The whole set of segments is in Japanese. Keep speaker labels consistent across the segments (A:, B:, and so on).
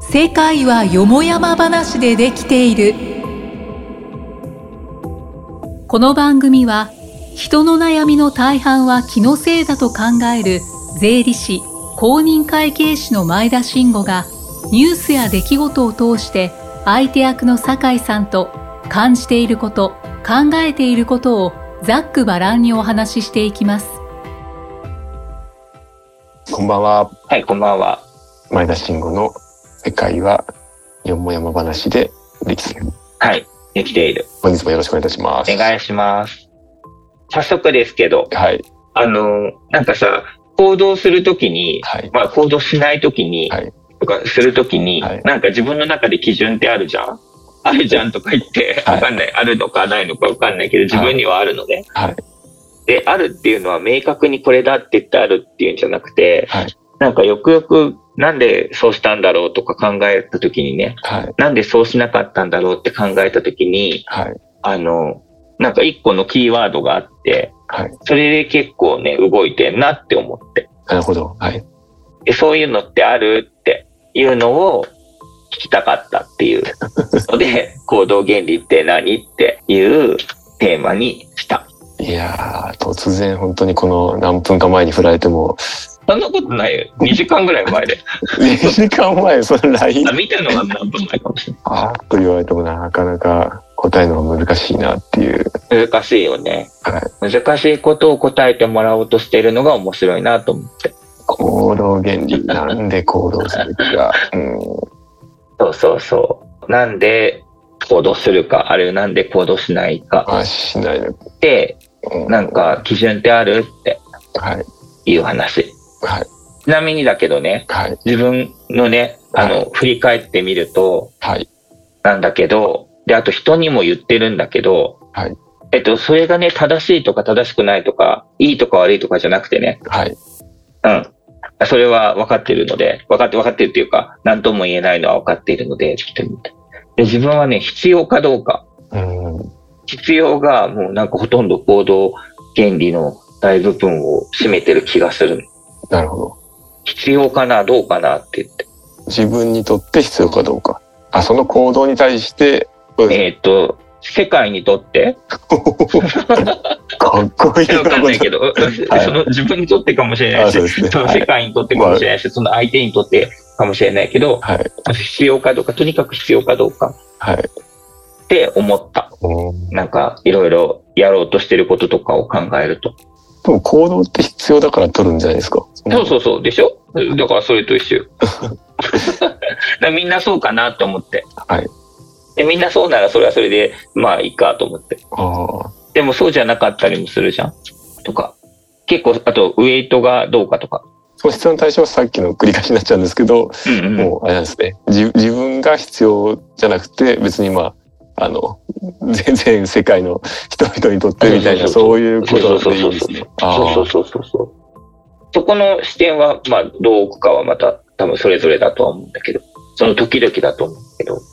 A: 世界はよもやま話でできているこの番組は人の悩みの大半は気のせいだと考える税理士公認会計士の前田慎吾がニュースや出来事を通して相手役の酒井さんと感じていること考えていることをざっくばらんにお話ししていきます
B: こんばんは。
C: はい、こんばんは。
B: 前田慎吾の世界はよもやま話でできている。
C: はい、できている。
B: 本日もよろしくお願いいたします。
C: お願いします。早速ですけど、
B: はい。
C: あの、なんかさ、行動するときに、
B: はい。
C: まあ行動しないときに、
B: はい
C: とかするときに、
B: はい
C: なんか自分の中で基準ってあるじゃんあるじゃんとか言って、
B: はい
C: わかんない、あるのかないのかわかんないけど、自分にはあるので、
B: はい。
C: で、あるっていうのは明確にこれだって言ってあるっていうんじゃなくて、
B: はい
C: なんかよくよくなんでそうしたんだろうとか考えたときにね、
B: はい。
C: なんでそうしなかったんだろうって考えたときに、
B: はい。
C: あの、なんか一個のキーワードがあって、
B: はい。
C: それで結構ね、動いてんなって思って。
B: なるほど。はい。
C: でそういうのってあるっていうのを聞きたかったっていうので、行動原理って何っていうテーマにした。
B: いやー、突然本当にこの何分か前に振られて も、
C: そんなことないよ。2時間ぐらい前で。
B: 2時間前、その LINE
C: あ見たのは何分前かもしれ
B: あーっと言われてもなかなか答えるのが難しいなっていう。
C: ない。難しいよね。
B: はい。
C: 難しいことを答えてもらおうとしてるのが面白いなと思って。
B: 行動原理。なんで行動するか。うん。
C: そうそうそう。なんで行動するか、あれなんで行動しないか。
B: まあ、しないの。
C: って、
B: うん
C: なんか基準ってあるって
B: はい。
C: いう話。
B: はい。
C: ちなみにだけどね、
B: はい。
C: 自分のね、あの、
B: は
C: 振り返ってみると、
B: はい。
C: なんだけど、で、あと人にも言ってるんだけど、
B: はい
C: えっと、それがね、正しいとか正しくないとか、いいとか悪いとかじゃなくてね、
B: はい。
C: うん。それは分かってるので、分かって、分かってるっていうか、何とも言えないのは分かっているので、ちょっと見てで自分はね、必要かどうか、
B: うん。
C: 必要がもうなんかほとんど行動原理の大部分を占めてる気がする。
B: なるほど。
C: 必要かな、どうかなって言って。
B: 自分にとって必要かどうか。あ、その行動に対して、うん
C: えーっと、世界にとって、
B: かっこいい
C: わかんないけど、
B: はい
C: その自分にとってかもしれない
B: あ、
C: し
B: そう、ですね。
C: その
B: は
C: 世
B: い。
C: 界にとってかもしれないし、その相手にとってかもしれないけど、
B: はい。
C: 必要かどうか、とにかく必要かどうか
B: はい。
C: って思った。
B: うん
C: なんか、いろいろやろうとしてることとかを考えると。
B: でも行動って必要だから取るんじゃないですか。
C: そうそうそう、でしょだからそれと一緒よ。 だからみんなそうかなと思って。
B: はい
C: で、みんなそうならそれはそれで、まあいいかと思って。
B: あ
C: でもそうじゃなかったりもするじゃんとか。結構、あと、ウェイトがどうかとか。
B: ーその必要の対象はさっきの繰り返しになっちゃうんですけど、
C: うんうん
B: もうあれなんですね。じ自分が必要じゃなくて、別にまあ、あの、 全然世界の人々にとってみたいな、
C: そ
B: そういうこ
C: そうそ
B: と
C: うそう
B: でい
C: そ
B: い
C: うん
B: ですね。
C: そ
B: あ
C: うそうそうそう。そこの視点は、まあ、どう置くかはまた、多分それぞれだとは思うんだけど、その時々だと思うけど、
B: ーうん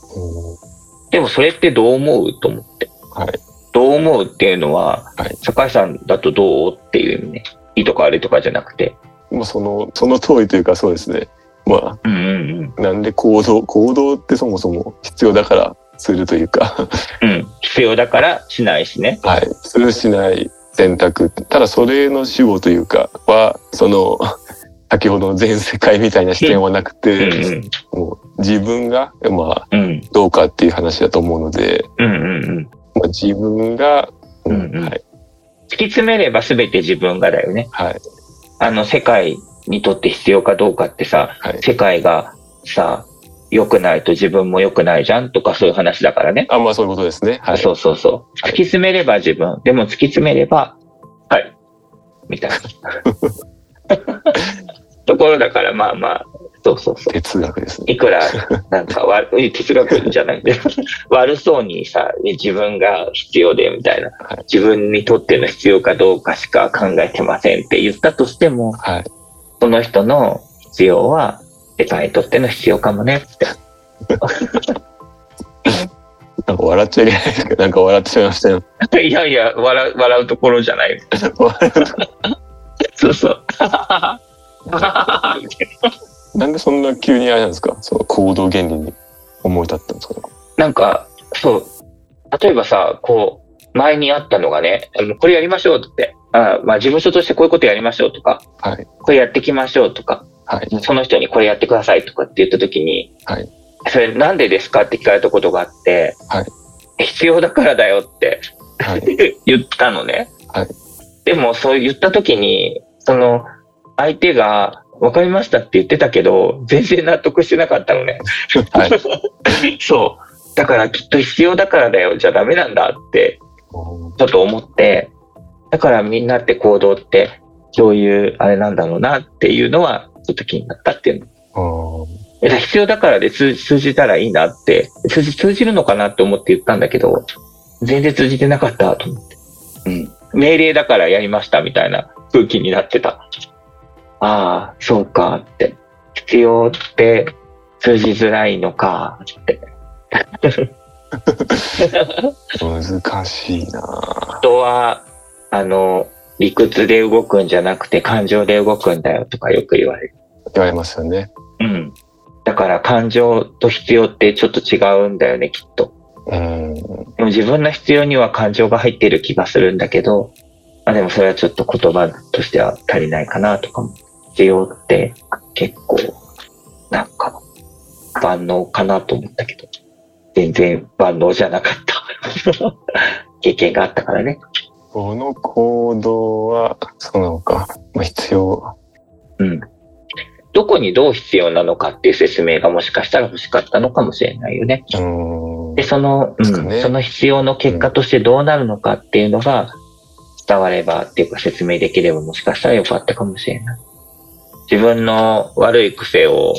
C: でもそれってどう思うと思って。
B: はい。
C: どう思うっていうのは、
B: はい
C: 坂井さんだとどうっていう意味ね。いいとか悪いとかじゃなくて。
B: もうその、その通りというかそうですね。まあ、
C: うんうん
B: なんで行動、行動ってそもそも必要だからするという か、
C: うん。うん。必要だからしないしね。
B: はい。するしない選択。ただそれの主語というかは、その、 先ほどの全世界みたいな視点はなく
C: う
B: て、
C: ん
B: もう自分が、まあ、
C: うん。うん。
B: どうかっていう話だと思うので、
C: うんうんうん。
B: まあ、自分が、う
C: うんう
B: ん、
C: ん
B: はい、
C: 突き詰めれば全て自分がだよね。
B: はい、
C: あの世界にとって必要かどうかってさ、
B: はい。
C: 世界がさ、良くないと自分も良くないじゃんとかそういう話だからね。
B: あ、まあそういうことですね。はい。
C: そうそうそう。突
B: はい
C: き詰めれば自分。でも突き詰めれば、はい。み たいな。ところだから、まあまあ、そうそうそう。
B: 哲学ですね。
C: いくら、なんか悪い、哲学じゃないん だよ悪そうにさ、自分が必要で、みたいな
B: はい。
C: 自分にとっての必要かどうかしか考えてませんって言ったとしても、
B: はい。
C: その人の必要は、世界にとっての必要かもねって。
B: なんか笑っちゃいけないですけど、なんか笑ってしまいましたよ。
C: いやいや、笑う、笑うところじゃない。 そうそう。みたいな
B: なんでそんな急にあれなんですかその行動原理に思い立ったんですか
C: なんか、そう、例えばさ、こう、前にあったのがね、あのこれやりましょうって、あまあ事務所としてこういうことやりましょうとか、
B: はい。
C: これやってきましょうとか、
B: はい。
C: その人にこれやってくださいとかって言った時に、
B: はい
C: それなんでですかって聞かれたことがあって、
B: はい
C: 必要だからだよって
B: はい。
C: 言ったのね。
B: はい
C: でもそう言った時に、その相手が分かりましたって言ってたけど、全然納得してなかったのね。
B: はい。
C: そう。だからきっと必要だからだよ、じゃダメなんだってちょっと思って、だからみんなって行動って、そういうあれなんだろうなっていうのは、ちょっと気になったっていうの
B: うん
C: えだから必要だからで通通じたらいいなって通じ、通じるのかなって思って言ったんだけど、全然通じてなかったと思って。うん。命令だからやりましたみたいな空気になってた。ああ、そうかって。必要って通じづらいのかって。
B: 難しいな
C: 人は、あの、理屈で動くんじゃなくて感情で動くんだよとかよく言われる。
B: 言われますよね。
C: うん。だから感情と必要ってちょっと違うんだよね、きっと。
B: うん。
C: でも自分の必要には感情が入っている気がするんだけど、まあでもそれはちょっと言葉としては足りないかなとかも。必要って結構、なんか、万能かなと思ったけど、全然万能じゃなかった。 経験があったからね。
B: この行動は、そうなのか。まあ、必要。
C: うん。どこにどう必要なのかっていう説明がもしかしたら欲しかったのかもしれないよね。
B: うん。
C: で、その、う
B: ですか
C: ん
B: ね
C: その必要の結果としてどうなるのかっていうのが伝わればっていうか説明できればもしかしたらよかったかもしれない。自分の悪い癖を、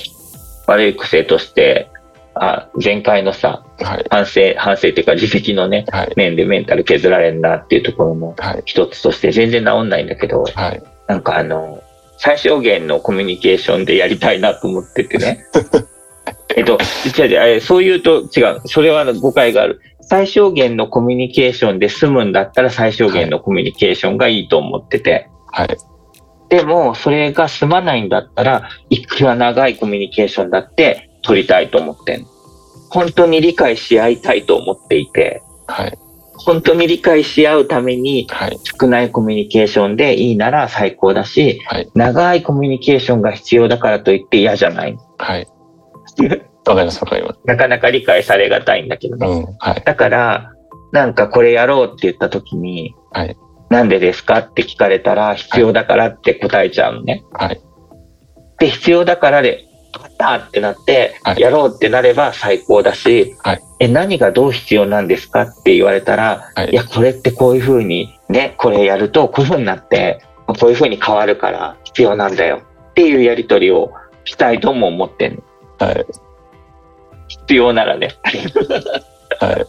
C: 悪い癖として、あ、前回のさ、
B: はい。
C: 反省、反省っていうか自責のね、
B: はい。
C: 面でメンタル削られるなっていうところも
B: はい。
C: 一つとして全然治んないんだけど、
B: はい。
C: なんかあの、最小限のコミュニケーションでやりたいなと思って てね。えっと、違う違うあれ、そう言うと違う。それはあの誤解がある。最小限のコミュニケーションで済むんだったら最小限のコミュニケーションがいいと思ってて。
B: はい。
C: でも、それが済まないんだったら、いくら長いコミュニケーションだって取りたいと思ってんの本当に理解し合いたいと思っていて、
B: はい。
C: 本当に理解し合うために
B: はい。
C: 少ないコミュニケーションでいいなら最高だし、
B: はい。
C: 長いコミュニケーションが必要だからといって嫌じゃない。
B: はい。わかります。わかります。
C: なかなか理解されがたいんだけど
B: う
C: ね。
B: ん。はい。
C: だから、なんかこれやろうって言った時に、
B: はい。
C: なんでですかって聞かれたら、必要だからって答えちゃうのね。
B: はい。
C: で、必要だからで、わかったってなって
B: は、い
C: やろうってなれば最高だし、
B: はい
C: え、何がどう必要なんですかって言われたら、
B: はい
C: いや、これってこういう風に、ね、これやるとこういう風になって、こういう風に変わるから必要なんだよっていうやりとりをしたいとも思ってんの。
B: はい。
C: 必要ならね。
B: はい。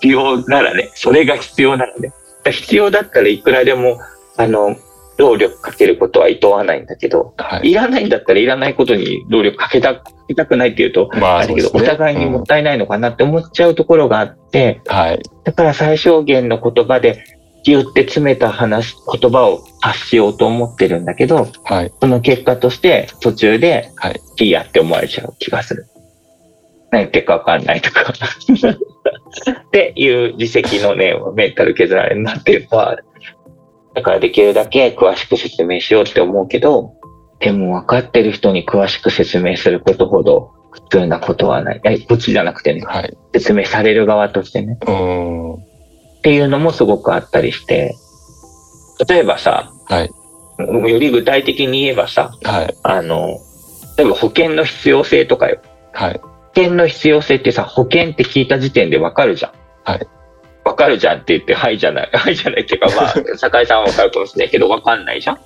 C: 必要ならね、それが必要ならね。必要だったらいくらでも、あの、労力かけることは厭わないんだけど、
B: はい。
C: いらないんだったらいらないことに労力かけたかけたくないっていうと、
B: ま
C: あ
B: あ、
C: れ
B: そう
C: だけ
B: で
C: ど、
B: すね。
C: お互いにも
B: う
C: っ
B: ん
C: たいないのかなって思っちゃうところがあって、
B: はい。
C: だから最小限の言葉で、ぎゅって詰めた話、言葉を発しようと思ってるんだけど、
B: はい。
C: その結果として途中で
B: はい、
C: いいやって思われちゃう気がする。何言ってるかわかんないとか。 っていう自責の念をメンタル削られるなっていうのはある。だからできるだけ詳しく説明しようって思うけど、でも分かってる人に詳しく説明することほど普通なことはない。えこっちじゃなくてね、
B: はい。
C: 説明される側としてね。
B: うん。
C: っていうのもすごくあったりして、例えばさ、
B: はい。
C: より具体的に言えばさ、
B: はい。
C: あの、例えば保険の必要性とかよ。
B: はい。
C: 保険の必要性ってさ、保険って聞いた時点でわかるじゃん。
B: はい。
C: わかるじゃんって言って、はいじゃない。 はいじゃないっていうか、まあ、 酒井さんはわかるかもしれないけど、わかんないじゃん。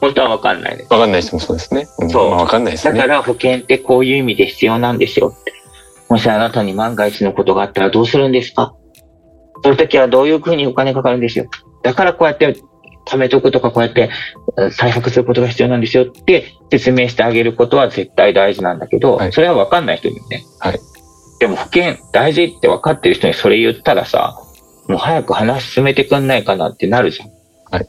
C: 本当はわかんないね。
B: わかんない人もそうですね。ん
C: そう
B: まあわかんないです
C: だか
B: ね。
C: ら保険ってこういう意味で必要なんですよって。もしあなたに万が一のことがあったらどうするんですかその時はどういうふうにお金かかるんですよ。だからこうやって貯めとくとかこうやってうん対策することが必要なんですよって説明してあげることは絶対大事なんだけど、
B: はい
C: それは分かんない人にもね。
B: はい
C: でも保険大事って分かってる人にそれ言ったらさ、もう早く話進めてくんないかなってなるじゃ
B: は
C: ん。
B: い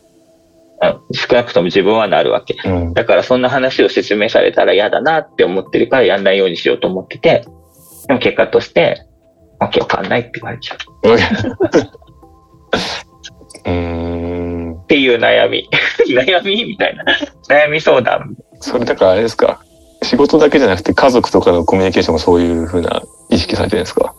C: うん少なくとも自分はなるわけ。
B: うん。
C: だからそんな話を説明されたら嫌だなって思ってるからやんないようにしようと思ってて、でも結果として、わけわかんないって言われちゃう。
B: うーん。
C: っていう悩み。 悩みみたいな。悩み相談。
B: それだからあれですか。仕事だけじゃなくて家族とかのコミュニケーションもそういうふうな意識されてるんですか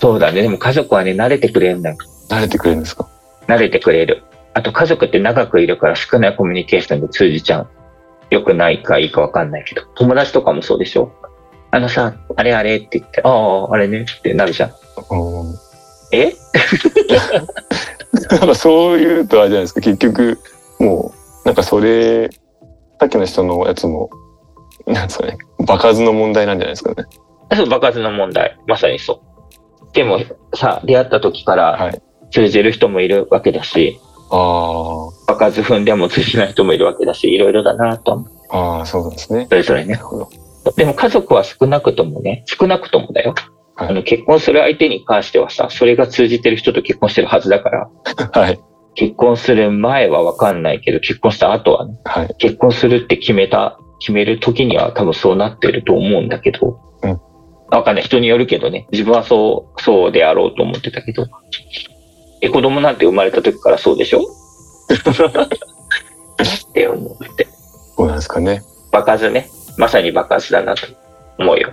C: そうだね。でも家族はね、慣れてくれるんだよ。
B: 慣れてくれるんですか
C: 慣れてくれる。あと家族って長くいるから少ないコミュニケーションで通じちゃう。良くないかいいかわかんないけど。友達とかもそうでしょあのさ、あれあれって言って、ああ、あれねってなるじゃん。
B: うん。
C: え
B: なんかそういうとあれじゃないですか結局もうなんかそれさっきの人のやつもなんですかね場数の問題なんじゃないですかね。
C: そう、爆発の問題。まさにそう。でもさ、出会った時から
B: はい
C: 通じる人もいるわけだし、
B: あ
C: 爆発踏んでも通じない人もいるわけだし、いろいろだなと思う。
B: あああそうなんですね。
C: それぞれね
B: な。るほど。
C: でも家族は少なくともね、少なくともだよ。
B: はい
C: あの結婚する相手に関してはさ、それが通じてる人と結婚してるはずだから、
B: はい
C: 結婚する前はわかんないけど、結婚した後はね、
B: はい。
C: 結婚するって決めた、決める時には多分そうなってると思うんだけど、
B: うん
C: わかんない。人によるけどね、自分はそう、そうであろうと思ってたけど、え、子供なんて生まれた時からそうでし ょって思って。
B: そうなんですかね。
C: 爆発ね。まさに爆発だなと思うよ。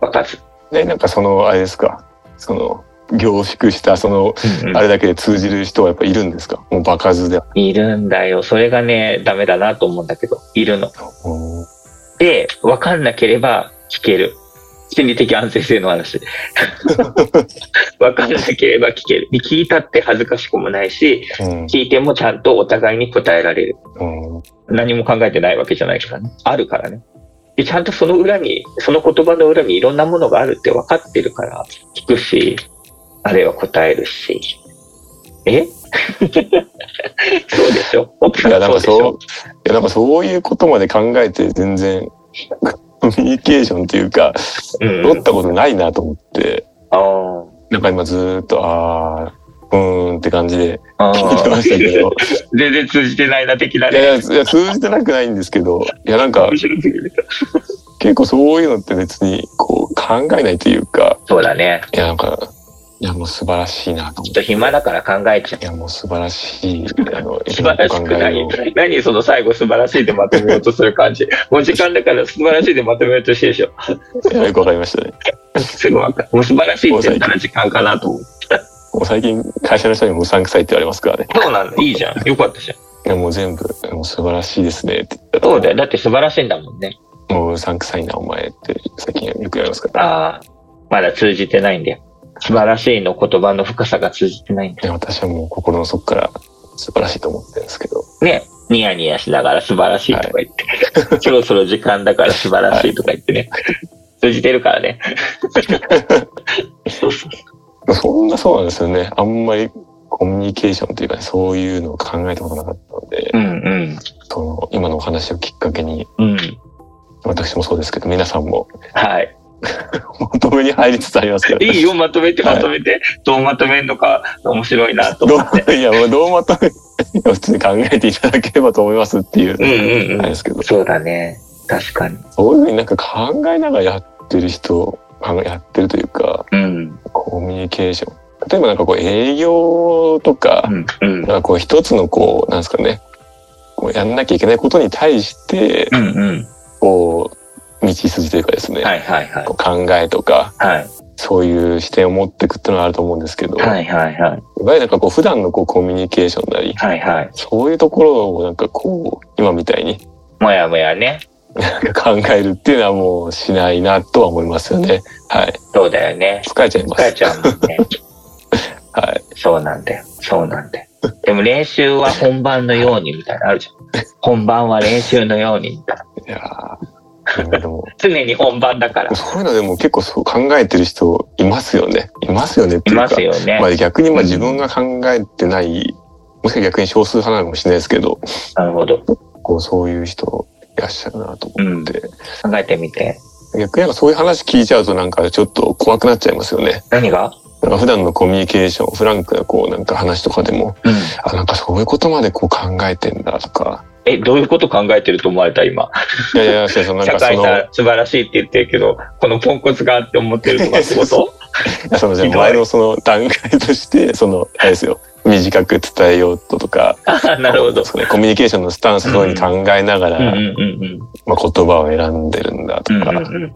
C: 爆発。
B: でなんかそのあれですかその凝縮したそのあれだけで通じる人はやっぱいるんですかもう場数で。
C: いるんだよ。それがね、ダメだなと思うんだけど、いるの。
B: うん
C: で、わかんなければ聞ける。心理的安全性の 話。わかんなければ聞ける。で聞いたって恥ずかしくもないし、
B: うん
C: 聞いてもちゃんとお互いに答えられる。
B: うん
C: 何も考えてないわけじゃないからね。あるからね。で、ちゃんとその裏に、その言葉の裏にいろんなものがあるって分かってるから、聞くし、あるいは答えるし。え そうでしょ
B: いやなんか
C: でし
B: そ
C: ょ
B: ういやなんかそういうことまで考えて全然コミュニケーションっていうか
C: うん
B: 取ったことないなと思って。
C: あー
B: なんか今ずーっと、あー、うーんって感じで
C: あ
B: 聞いてましたけ
C: ー。
B: ど。
C: 全然通じてないな、的ない
B: やい
C: ね。
B: や、いや通じてなくないんですけど、いやなんか
C: 面白すぎる
B: 結構そういうのって別にこう考えないというか、
C: そうだね。
B: いやなんか、いやもう素晴らしいなと思
C: ちょ
B: っ。
C: ってと暇だから考えちゃ
B: い。
C: う
B: やもう素晴らしい。あの、
C: 素晴らしくな
B: お考えを
C: い。何その最後素晴らしいでまとめようとする感 じ。もう時間だから素晴らしいでまとめようとしてるでしょ。
B: いやよくわかりましたね。
C: すぐわかる。もう素晴らしいって言ったら時間かなと思う。
B: もう最近会社の人にもうさんくさいって言われますからね。
C: そうなんだ。いいじゃん。よかったじゃん。
B: いやもう全部、もう素晴らしいですねって言ったら、
C: そうだよ。だって素晴らしいんだもんね。
B: もううさんくさいなお前って最近よく言われますから。
C: ああ。まだ通じてないんだよ。素晴らしいの言葉の深さが通じてないんだ
B: いや
C: よ。
B: 私はもう心の底から素晴らしいと思ってるんですけど。
C: ね。ニヤニヤしながら素晴らしいとか言って。そろそろ時間だから素晴らしいとか言ってね。通じてるから ね。そうそう
B: そんなそうなんですよね。あんまりコミュニケーションというか、ね、そういうのを考えたことなかったので、
C: うん
B: その今のお話をきっかけに、
C: うん。うん。
B: 私もそうですけど、皆さんも
C: はい。
B: 求めに入りつつありますから。
C: いいよ、まとめて、
B: はい
C: まとめて。どうまとめんのか、面白いな と
B: ど
C: 思って。
B: ういや、もうどうまとめ、いや普通に考えていただければと思いますっていう、
C: うんうんうん
B: あれですけど、
C: そうだね。確かに。
B: そういうふうになんか考えながらやってる人、あのやってるというか、
C: うん。
B: コミュニケーション。例えばなんかこう営業とか
C: う、ん。うん。
B: なんかこう一つのこう、なんですかね、こうやんなきゃいけないことに対して、
C: うんうん。
B: こう、道筋というかですね、
C: はいはいはい。
B: こう考えとか、
C: はい。
B: そういう視点を持っていくっていうのはあると思うんですけど、
C: はいはいはい。
B: いわゆるなんかこう、普段のこう、コミュニケーションなり、
C: はいはい。
B: そういうところをなんかこう、今みたいに
C: もやもやね。
B: なんか考えるっていうのはもうしないなとは思いますよね。はい。
C: そうだよね。
B: 疲れちゃいま
C: 疲れ
B: す。
C: ちゃうもんね。
B: はい。
C: そうなんだよ。そうなんだよ。でも練習は本番のようにみたいなのあるじゃん。 本番は練習のようにみたいな。
B: いやーでも、
C: 常に本番だから。
B: そういうのでも結構そう考えてる人いますよね。いますよねって
C: い
B: いうか。
C: ますよね
B: ま。あ逆にまあ自分が考えてない、もしか逆に少数派なのかもしれないですけど、
C: なるほど。
B: こうそういう人いらっしゃるなと思
C: うん。
B: っ
C: 考
B: て、
C: えてみて。
B: 逆になんかそういう話聞いちゃうとなんかちょっと怖くなっちゃいますよね。
C: 何が
B: なんか普段のコミュニケーション、フランクなこうなんか話とかでも、
C: うん。
B: あ、なんかそういうことまでこう考えてんだとか、
C: え、どういうこと考えてると思われた今。
B: いやいや、そうそう、なん
C: 社
B: かそ
C: 会
B: の、
C: さ、素晴らしいって言ってるけど、このポンコツがって思ってるとかってこ
B: そう
C: と
B: そのじゃあ
C: ひどい
B: 前のその段階として、その、あれですよ、短く伝えようととか、
C: あーなるほ
B: そ
C: ど
B: う。ですねコミュニケーションのスタンスそういうふうに考えながら、
C: うんうんうん
B: まあ、言葉を選んでるんだと
C: うん。う
B: か、
C: んうんうん。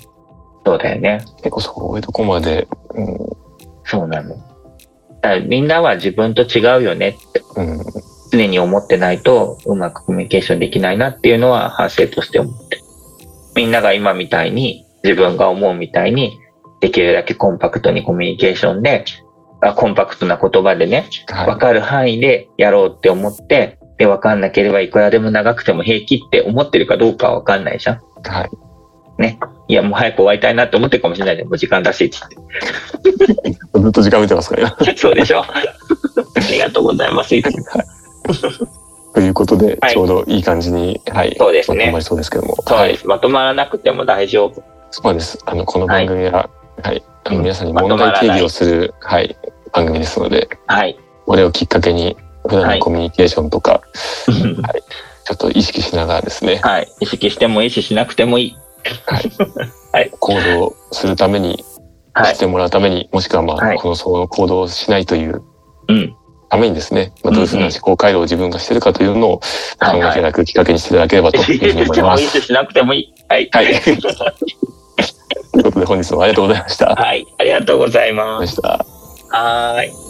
C: そうだよね。
B: 結構そういうとこまで、
C: そうなの。だからみんなは自分と違うよねって
B: うん、うん、
C: 常に思ってないとうまくコミュニケーションできないなっていうのは反省として思ってる。みんなが今みたいに自分が思うみたいにできるだけコンパクトにコミュニケーションで、あコンパクトな言葉でね、わ
B: は
C: かる範囲でやろうって思って、で、わかんなければいくらでも長くても平気って思ってるかどうかはわかんないじゃん。
B: い、はい。
C: ね。いや、もう早く終わりたいなって思ってるかもしれないじゃん。もう時間だ しって言って。
B: ずっと時間見てますから、今
C: そうでしょ ありがとうございます。
B: ということで、
C: はい
B: ちょうどいい感じに、はい、
C: そうですね
B: まとまりそうですけども、
C: そう
B: は
C: で
B: い、
C: す。まとまらなくても大丈夫。
B: そうです。あの、この番組は、はい、あ
C: う
B: の
C: ん
B: 皆さんに問題定義をする、はい、番組ですので、
C: はい。
B: これをきっかけに、普段
C: は
B: の
C: い
B: コミュニケーションとか、 ちょっと意識しながらですね、
C: はい。意識してもいいし、しなくてもいい。
B: 行動するために、
C: はい
B: し。てもらうために、もしくはまあ、
C: はい
B: このその行動をしないという
C: うん。
B: ためにですね、まあ、どういうふう
C: うんう
B: なん思考回路を自分がしてるかというのを考え
C: は
B: て
C: い
B: いただくきっかけにしていただければと
C: 意
B: いう
C: 識
B: ふうに
C: し
B: 思
C: て
B: いま
C: もいい
B: す。
C: し、しなくてもいい。はい。
B: はい。ということで本日もありがとうございました。
C: はい。ありがとうござい
B: で
C: ます。
B: した。
C: はーい。